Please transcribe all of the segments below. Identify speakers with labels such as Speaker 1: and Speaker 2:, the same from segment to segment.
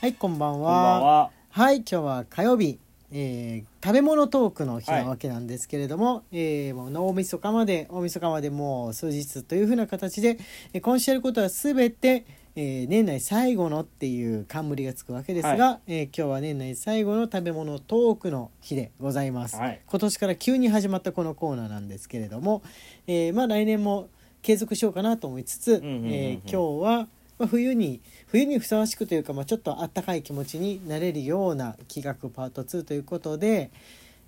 Speaker 1: はい、こんばん
Speaker 2: こんばん
Speaker 1: は。
Speaker 2: は。
Speaker 1: はい、今日は火曜日、えー食べ物トークの日なわけなんですけれども、えーもう脳みそかまで、大みそかまでもう数日というふうな形で、えー今週やることはすべて、えー年内最後のっていう冠がつくわけですが、えー今日は年内最後の食べ物トークの日でございます。
Speaker 2: はい
Speaker 1: 今年から急に始まったこのコーナーなんですけれども、えーまあ来年も継続しようかなと思いつつ、
Speaker 2: んうんうんう
Speaker 1: え
Speaker 2: ん
Speaker 1: ー今日は、まあ、冬に冬にふさわしくというか、まあ、ちょっとあったかい気持ちになれるような企画パート2ということで、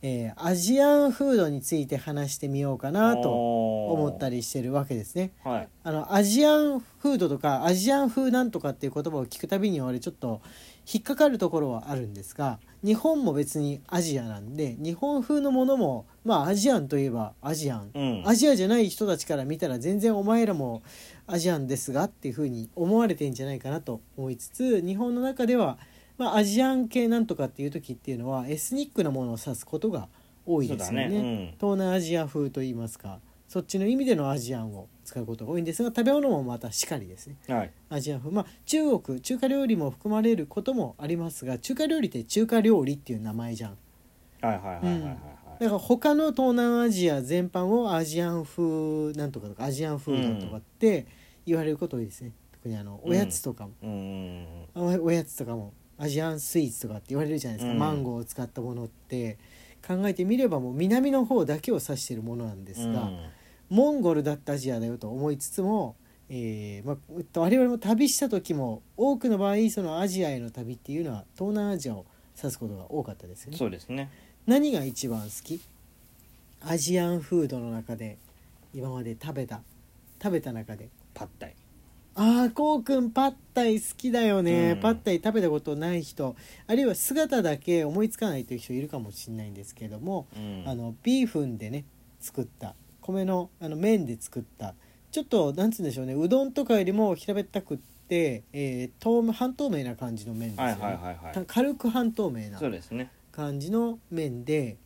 Speaker 1: えーアジアンフードについて話してみようかなと思
Speaker 2: 思
Speaker 1: った
Speaker 2: り。
Speaker 1: りしてるわけですね。
Speaker 2: はい。
Speaker 1: あのアジアンフードとかアジアン風なんとかっていう言葉を聞くたびに俺ちょっと引っかかるところはあるんですが日本も別にアジアなんで日本風のものもまあアジアンといえばアジアン、
Speaker 2: うん。
Speaker 1: アジアじゃない人たちから見たら全然お前らもアジアンですがっていうふうに思われてんじゃないかなと思いつつ日本の中では、まあ、アジアン系なんとかっていう時っていうのはエスニックなものを指すことが多い
Speaker 2: そう
Speaker 1: で
Speaker 2: だ
Speaker 1: すよね。
Speaker 2: ね。
Speaker 1: 東南アジア風といいますかそっちの意味でのアジアンを使うことが多いんですが食べ物もまたしかりですね
Speaker 2: うん。はい。
Speaker 1: アジアン風まあ中国中華料理も含まれることもありますが中華料理って中華料理っていう名前じゃん
Speaker 2: はいはいはいはいはいは
Speaker 1: だから他の東南アジア全般をアジアン風なんとかとかアジアン風なんとかって言われること多いですね、特にあのおやつとかも、
Speaker 2: い。うん。
Speaker 1: おおやつとかもアジアンスイーツとかって言われるじゃないですか、
Speaker 2: うん
Speaker 1: マンゴーを使ったものって考えてみればもう南の方だけを指してるものなんですが、
Speaker 2: うん
Speaker 1: モンゴルだったアジアだよと思いつつも、えーまあ、えっと我々も旅した時も多くの場合そのアジアへの旅っていうのは東南アジアを指すことが多かったですよね。
Speaker 2: そうですね。
Speaker 1: 何が一番好きアジアンフードの中で今まで食べた食べた中で
Speaker 2: パッタイ。
Speaker 1: ああこうくんパッタイ好きだよね、
Speaker 2: うん
Speaker 1: パッタイ食べたことない人あるいは姿だけ思いつかないという人いるかもしれないんですけども、
Speaker 2: うん
Speaker 1: あ。のビーフンでね作った米のあの麺で作ったちょっとなんつうんでしょうねうどんとかよりも平べったくって、えー透明半透明な感じの麺ですよ
Speaker 2: は
Speaker 1: ね、
Speaker 2: いはいはいは
Speaker 1: た
Speaker 2: い。
Speaker 1: 軽く半透明な
Speaker 2: そうですね。
Speaker 1: 感じの麺で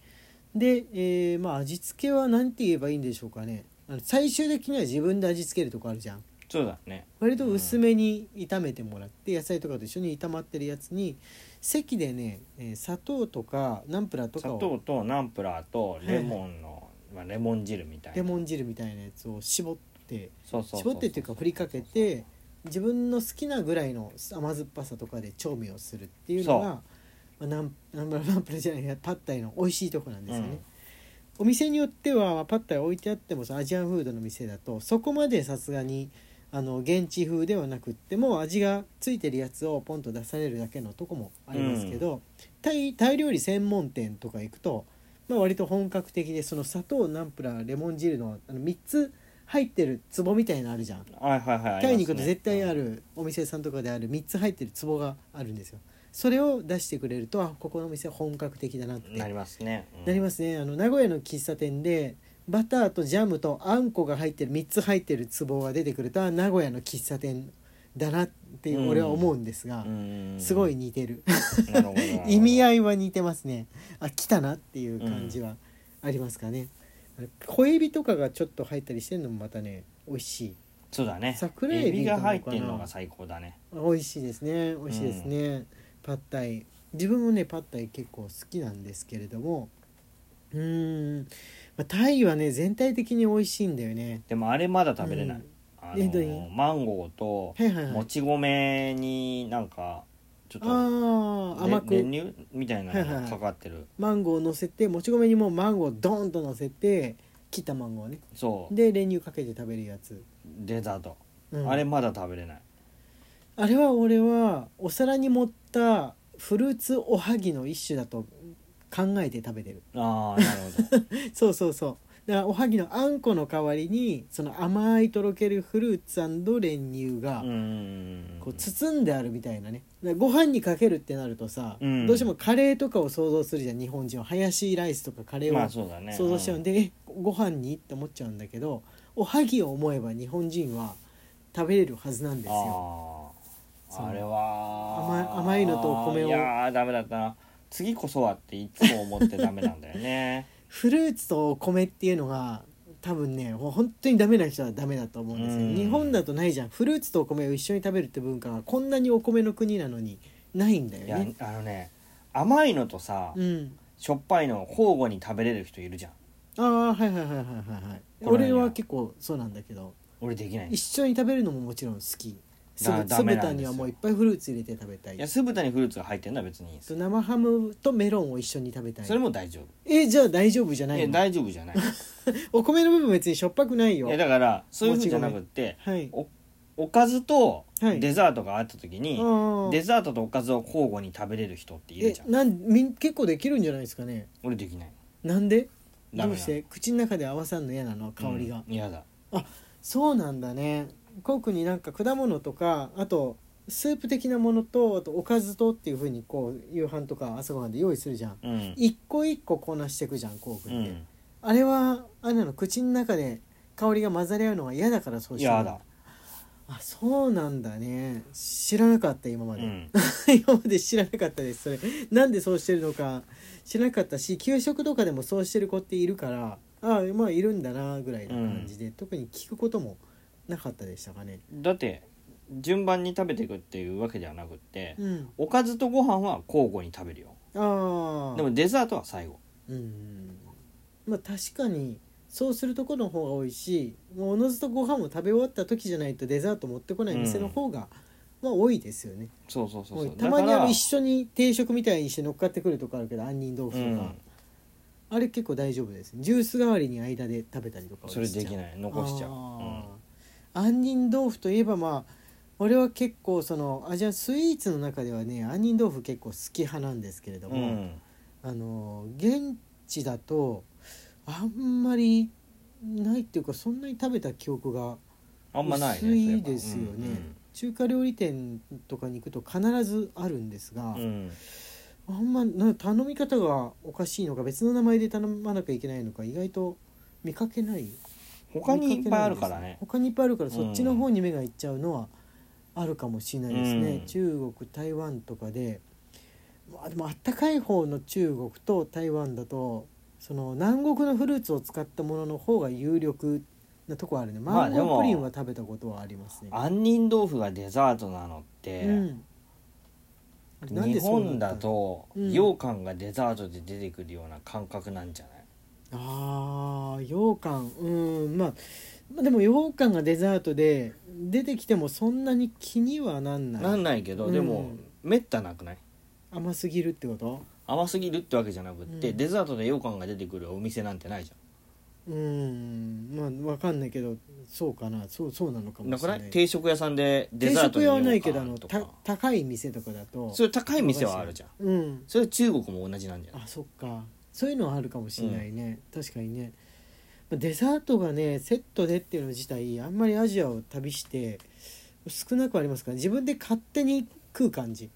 Speaker 1: で、えーまあ、味付けは何て言えばいいんでしょうかねあの最終的には自分で味付けるとこあるじゃん
Speaker 2: そうだね。
Speaker 1: 割と薄めに炒めてもらって野菜とかと一緒に炒まってるやつに赤でね、えー砂糖とかナンプラーとか
Speaker 2: 砂
Speaker 1: を
Speaker 2: 糖とナンプラーとレモンの、まあレモン汁みたいな。
Speaker 1: レモン汁みたいなやつを絞って
Speaker 2: そうそうそうそう。
Speaker 1: 絞ってっていうか振りかけて自分の好きなぐらいの甘酸っぱさとかで調味をするっていうのがまあ、なんなんばらなんばらじゃないやパッタイの美味しいとこなんですよね。
Speaker 2: うん
Speaker 1: お店によってはまあパッタイ置いてあってもそのアジアンフードの店だとそこまでさすがにあの現地風ではなくってもう味がついてるやつをポンと出されるだけのとこもありますけど、タイタイ料理専門店とか行くと、まあ、割と本格的でその砂糖ナンプラーレモン汁のあの3つ入ってる壺みたいなのあるじゃん。
Speaker 2: はいはいはい。
Speaker 1: タイに行
Speaker 2: ありますね
Speaker 1: くと絶対あ。るお店さんとかである3つ入ってる壺があるんですよそれを出してくれるとあここのお店は本格的だなって
Speaker 2: うんなりますね。。
Speaker 1: なりますすねあの名古屋の喫茶店でバターとジャムとあんこが入ってる3つ入ってる壺が出てくるとあ名古屋の喫茶店だなっていう俺は思うんですが、
Speaker 2: うん
Speaker 1: すごい。似てる
Speaker 2: なるほどなるほど
Speaker 1: 意味合いは似てますねあ来たなっていう感じはありますかね、小エビとかがちょっと入ったりしてるのもまたね美味しい
Speaker 2: そうだね。
Speaker 1: 桜エビ
Speaker 2: エビが入っ
Speaker 1: なのかな
Speaker 2: てるのが最高だね。
Speaker 1: 美味しいですね美味しいですね、パッタイ自分もねパッタイ結構好きなんですけれどもうーん、まあ、タイはね全体的に美味しいんだよね
Speaker 2: でもあれまだ食べれない、
Speaker 1: うん
Speaker 2: あ
Speaker 1: えどうい
Speaker 2: の
Speaker 1: う
Speaker 2: マンゴーと
Speaker 1: はいはいは
Speaker 2: も
Speaker 1: い
Speaker 2: ち米になんかちょっ
Speaker 1: あ
Speaker 2: と
Speaker 1: ー甘
Speaker 2: れ
Speaker 1: く
Speaker 2: 練乳みたいなのがかかってる、
Speaker 1: マンゴーを乗せてもち米にもうマンゴードーンと乗せて切ったマンゴーね
Speaker 2: そう
Speaker 1: で練乳かけて食べるやつ、
Speaker 2: デザート、
Speaker 1: うん
Speaker 2: あれまだ食べれない
Speaker 1: あれは俺はお皿に盛ったフルーツおはぎの一種だと考えて食べてる
Speaker 2: ああなるほど
Speaker 1: そうそうそうだからおはぎのあんこの代わりにその甘いとろけるフルーツ練乳が
Speaker 2: うーん
Speaker 1: こう包んであるみたいなねだからご飯にかけるってなるとさ、
Speaker 2: うん
Speaker 1: どうしてもカレーとかを想像するじゃん日本人はハヤシライスとかカレ
Speaker 2: ま
Speaker 1: ー
Speaker 2: あ
Speaker 1: を
Speaker 2: そうだね
Speaker 1: 想像しちゃうん
Speaker 2: で、
Speaker 1: で、えご飯にって思っちゃうんだけどおはぎを思えば日本人は食べれるはずなんです
Speaker 2: あ
Speaker 1: よ。
Speaker 2: ああれは
Speaker 1: 甘い甘いのとお米を
Speaker 2: いやーダメだったな次こそはっていつも思ってダメなんだ よね
Speaker 1: フルーツとお米っていうのが多分ねもう本当にダメな人はダメだと思うんですよ、
Speaker 2: うん
Speaker 1: 日本だとないじゃんフルーツとお米を一緒に食べるって文化はこんなにお米の国なのにないんだ
Speaker 2: い
Speaker 1: よ
Speaker 2: や
Speaker 1: ね
Speaker 2: あのね甘いのとさ、
Speaker 1: うん
Speaker 2: しょっぱいのを交互に食べれる人いるじゃん
Speaker 1: ああはいはいはいはいはいはい
Speaker 2: これ
Speaker 1: 俺
Speaker 2: は
Speaker 1: は結構そうなんだけど
Speaker 2: 俺できないんだ
Speaker 1: 一緒に食べるのももちろん好き酢
Speaker 2: だ
Speaker 1: ぶ
Speaker 2: ダ
Speaker 1: 酢
Speaker 2: メなんです
Speaker 1: 豚には
Speaker 2: よ
Speaker 1: もういっぱいフルーツ入れて食べたい
Speaker 2: いや酢豚にフルーツが入ってるのは別にいいんです
Speaker 1: と
Speaker 2: よ
Speaker 1: 生ハムとメロンを一緒に食べたい
Speaker 2: それも大丈夫
Speaker 1: えじゃあ大丈夫じゃないい
Speaker 2: や
Speaker 1: の
Speaker 2: 大丈夫 じゃない
Speaker 1: お米の部分別にしょっぱくない
Speaker 2: い
Speaker 1: よ
Speaker 2: やだからそういうふうじゃなくって
Speaker 1: はい
Speaker 2: おおかずと
Speaker 1: はい
Speaker 2: デザートがあった時に、
Speaker 1: あ
Speaker 2: デザートとおかずを交互に食べれる人っている
Speaker 1: え
Speaker 2: じゃん
Speaker 1: なんみん結構できるんじゃないですかね
Speaker 2: 俺できない
Speaker 1: なんで
Speaker 2: ダメな
Speaker 1: どうして口の中で合わさんの嫌なの香りが、
Speaker 2: うん嫌だ
Speaker 1: そうなんだねコウ君になんか果物とかあとスープ的なものとあとおかずとっていうふうにこう夕飯とか朝ごはんで用意するじゃん
Speaker 2: うん、
Speaker 1: 一個一個こなしていくじゃんコウ
Speaker 2: う
Speaker 1: 君って、
Speaker 2: ん、
Speaker 1: あれはあれなの口の中で香りが混ざり合うのが嫌だからそうしてる
Speaker 2: 嫌だ、
Speaker 1: あそうなんだね知らなかった今ま
Speaker 2: う
Speaker 1: で、
Speaker 2: ん、
Speaker 1: 今まで知らなかったですそれなんでそうしてるのか知らなかったし給食とかでもそうしてる子っているからああまあいるんだなぐらいな感じで、特に聞くこともなかったでしたかね
Speaker 2: だって順番に食べていくっていうわけではなくって、
Speaker 1: うん
Speaker 2: おかずとご飯は交互に食べるよ
Speaker 1: ああ
Speaker 2: でもデザートは最後
Speaker 1: うんまあ確かにそうするとこの方が多いしもうおのずとご飯を食べ終わった時じゃないとデザート持ってこない店の方が、まあ多いですよね
Speaker 2: そうそうそうそ
Speaker 1: 多
Speaker 2: う
Speaker 1: いたまにあ
Speaker 2: だか
Speaker 1: の
Speaker 2: ら
Speaker 1: 一緒に定食みたいにして乗っかってくるとこあるけど杏仁豆腐とか、
Speaker 2: うん
Speaker 1: あれ結構大丈夫ですジュース代わりに間で食べたりとかは
Speaker 2: それでき
Speaker 1: い
Speaker 2: ない残しちゃう、うん
Speaker 1: 杏仁豆腐といえばまあ俺は結構そのアジアンスイーツの中ではね杏仁豆腐結構好き派なんですけれど
Speaker 2: う
Speaker 1: も、
Speaker 2: ん、
Speaker 1: あの現地だとあんまりないっていうかそんなに食べた記憶が
Speaker 2: あんまないね
Speaker 1: 薄いですよね、
Speaker 2: そ
Speaker 1: 中華料理店とかに行くと必ずあるんですが、
Speaker 2: ういえばうんうん
Speaker 1: あんまな頼み方がおかしいのか別の名前で頼まなきゃいけないのか意外と見かけない
Speaker 2: 他にいっぱいあるから
Speaker 1: 見かけないで
Speaker 2: ね
Speaker 1: す他にいっぱいあるから
Speaker 2: うん
Speaker 1: そっちの方に目がいっちゃうのはあるかもしれないですね、
Speaker 2: うん
Speaker 1: 中国台湾とかでまあでもあったかい方の中国と台湾だとその南国のフルーツを使ったものの方が有力なとこあるね
Speaker 2: ま
Speaker 1: マ
Speaker 2: あ
Speaker 1: ン
Speaker 2: で
Speaker 1: ゴ
Speaker 2: も
Speaker 1: ープリンは食べたことはありますね、
Speaker 2: 杏仁豆腐がデザートなのって、
Speaker 1: うんあれなん
Speaker 2: 日
Speaker 1: でそうな
Speaker 2: 本
Speaker 1: んだ
Speaker 2: だと
Speaker 1: うん
Speaker 2: 羊羹がデザートで出てくるような感覚なんじゃない、
Speaker 1: ああ羊羹うんまあまあでも羊羹がデザートで出てきてもそんなに気にはなんない
Speaker 2: なんないけど、で
Speaker 1: う
Speaker 2: も
Speaker 1: ん
Speaker 2: めったなくない
Speaker 1: 甘すぎるってこと
Speaker 2: 甘すぎるってわけじゃなくって、
Speaker 1: うん
Speaker 2: デザートで羊羹が出てくるお店なんてないじ
Speaker 1: うんまあわかんないけどそうかなそうそうなのか
Speaker 2: ゃん
Speaker 1: も
Speaker 2: な
Speaker 1: し
Speaker 2: く
Speaker 1: れな
Speaker 2: ないい定食屋さんでデ
Speaker 1: 定
Speaker 2: ザート
Speaker 1: 食
Speaker 2: に
Speaker 1: 屋はないけ
Speaker 2: 羊
Speaker 1: どあ
Speaker 2: 羹
Speaker 1: の
Speaker 2: と
Speaker 1: た
Speaker 2: か
Speaker 1: 高い店とかだと
Speaker 2: そういう高い店はあるじゃん
Speaker 1: うん
Speaker 2: それ中国も同じなんじゃない
Speaker 1: あそっかそういうのはあるかもしれないね、確かにねまあデザートがねセットでっていうの自体あんまりアジアを旅して少なくありますから自分で勝手に食う感じ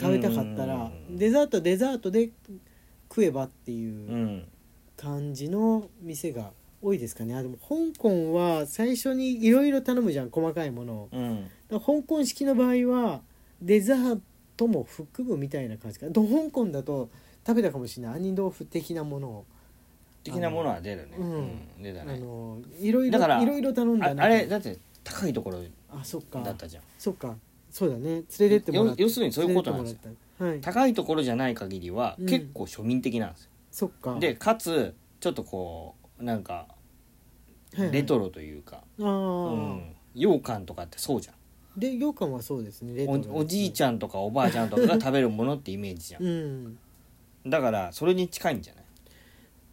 Speaker 1: 食べたかったら
Speaker 2: うん
Speaker 1: デザートデザートで食えばっていううん感じの店が多いですかねあでも香港は最初にいろいろ頼むじゃん細かいものを
Speaker 2: うん
Speaker 1: だから香港式の場合はデザートも含むみたいな感じかなど香港だと食べたかもしれない杏仁豆腐的なものを
Speaker 2: 的なものは出るね、
Speaker 1: うん
Speaker 2: うん出
Speaker 1: あ
Speaker 2: たね
Speaker 1: のいろいろ
Speaker 2: だから
Speaker 1: いろいろ頼んだ
Speaker 2: あ
Speaker 1: な
Speaker 2: あれだって高いところ
Speaker 1: あそっか
Speaker 2: だったじゃん
Speaker 1: そっかそうだね連れてってもらっ
Speaker 2: よ要するにそういうことなんですよ
Speaker 1: 連れてってもらったはい
Speaker 2: 高いところじゃない限りは
Speaker 1: うん
Speaker 2: 結構庶民的なんですよ、
Speaker 1: そっか
Speaker 2: でかつちょっとこうなんか
Speaker 1: はいはい
Speaker 2: レトロというか、
Speaker 1: ああ、
Speaker 2: うん、羊羹とかってそうじゃん
Speaker 1: で羊羹はそうですねレトロですね
Speaker 2: おおじいちゃんとかおばあちゃんとかが食べるものってイメージじゃん
Speaker 1: うん
Speaker 2: だからそれに近いんじゃない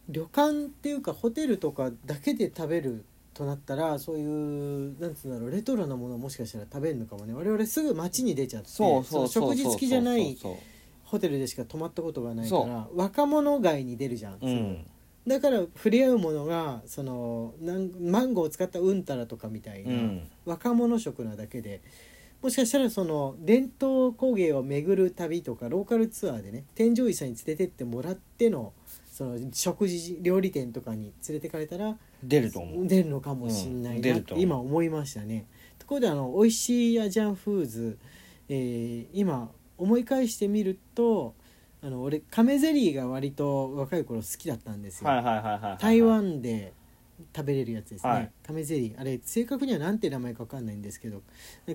Speaker 1: 旅館っていうかホテルとかだけで食べるとなったらそういうなんつうんだろうレトロなものをもしかしたら食べるのかもね我々すぐ街に出ちゃって
Speaker 2: そうそう
Speaker 1: そ
Speaker 2: そ
Speaker 1: の食
Speaker 2: う
Speaker 1: 事
Speaker 2: そう
Speaker 1: 付きじゃない
Speaker 2: そう
Speaker 1: ホテルでしか泊まったことがないか
Speaker 2: そ
Speaker 1: ら若者街に出るじゃん、
Speaker 2: そううん
Speaker 1: だから触れ合うものがそのなんマンゴーを使ったうんたらとかみたいうな、
Speaker 2: ん
Speaker 1: 若者食なだけでもしかしたらその伝統工芸を巡る旅とかローカルツアーでね添乗員さんに連れてってもらってのその食事料理店とかに連れてかれたら
Speaker 2: 出ると思う
Speaker 1: 出るのかもしんな
Speaker 2: う
Speaker 1: い
Speaker 2: ん出
Speaker 1: なっ
Speaker 2: ると
Speaker 1: て
Speaker 2: 思う
Speaker 1: 今思いましたね。ところであの美味しいアジアンフーズ、えー今思い返してみるとあの俺亀ゼリーが割と若い頃好きだったんですよ。
Speaker 2: はいはいはいはいはい
Speaker 1: 台湾で食べれるやつですね、
Speaker 2: はい
Speaker 1: 亀ゼリーあれ正確には何て名前か分かんないんですけど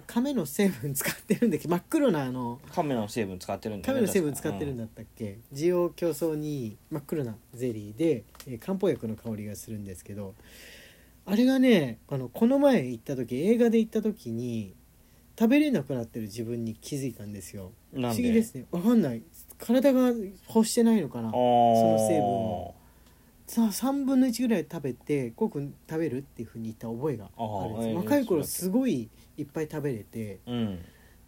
Speaker 1: 亀の成分使ってるんだっけ真っ黒なあの
Speaker 2: 亀の成分使ってるんだよ
Speaker 1: 亀
Speaker 2: ね
Speaker 1: の成分使ってるん
Speaker 2: だ、
Speaker 1: だったっけ需要競争にいい真っ黒なゼリーで、えー漢方薬の香りがするんですけどあれがねあのこの前行った時映画で行った時に食べれなくなってる自分に気づいたんですよ
Speaker 2: う
Speaker 1: 不
Speaker 2: んなん
Speaker 1: 思議ですね分かんない体が欲してないのかな
Speaker 2: あー
Speaker 1: その成分をさあ3分の1ぐらい食べて「こうくん食べる?」っていうふうに言った覚えがあるんです
Speaker 2: あー
Speaker 1: 若い
Speaker 2: え
Speaker 1: 頃
Speaker 2: ー
Speaker 1: すごいいっぱい食べれて
Speaker 2: うん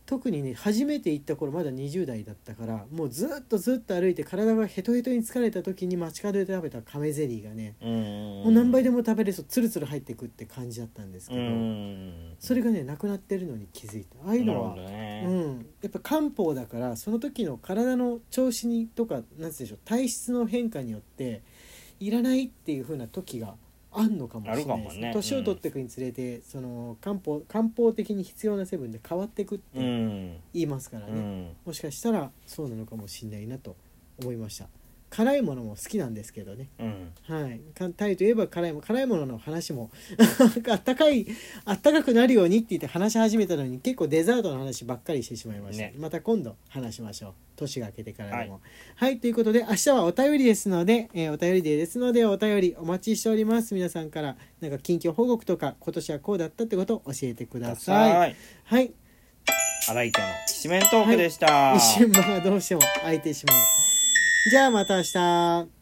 Speaker 1: 特にね初めて行った頃まだ20代だったからもうずっとずっと歩いて体がヘトヘトに疲れた時に街角で食べた亀ゼリーがね
Speaker 2: うん
Speaker 1: もう何倍でも食べれそうつるつる入ってくって感じだったんですけ
Speaker 2: う
Speaker 1: ど
Speaker 2: ん
Speaker 1: それがねなくなってるのに気づいたああいう
Speaker 2: なる
Speaker 1: の
Speaker 2: ほ
Speaker 1: は
Speaker 2: ど
Speaker 1: う
Speaker 2: ね、
Speaker 1: ん、やっぱ漢方だからその時の体の調子にとかなんつうんでしょう体質の変化によっていらないっていう風な時があんのかもしれ
Speaker 2: あ
Speaker 1: な
Speaker 2: る
Speaker 1: い
Speaker 2: か
Speaker 1: で
Speaker 2: も
Speaker 1: す
Speaker 2: ね
Speaker 1: 年を取っていくにつれて、その漢方漢方的に必要な成分で変わっていくっ
Speaker 2: う
Speaker 1: て
Speaker 2: ん
Speaker 1: 言いますから
Speaker 2: う
Speaker 1: ね、
Speaker 2: ん
Speaker 1: もしかしたらそうなのかもしれないなと思いました辛いものも好きなんですけどね
Speaker 2: うん
Speaker 1: はい、かタイといえば辛いも辛いものの話も あったかいあったかくなるようにって言って話し始めたのに結構デザートの話ばっかりしてしまいました、
Speaker 2: ね
Speaker 1: また今度話しましょう年が明けてからでもはい、ということで明日はお便りですので、えーお便りデーですのでお便りお待ちしております皆さんからなんか近況報告とか今年はこうだったってことを教えてください
Speaker 2: はい
Speaker 1: はい
Speaker 2: 荒井家の七面トークでした、
Speaker 1: 一瞬間がどうしても空いてしまうじゃあまた明日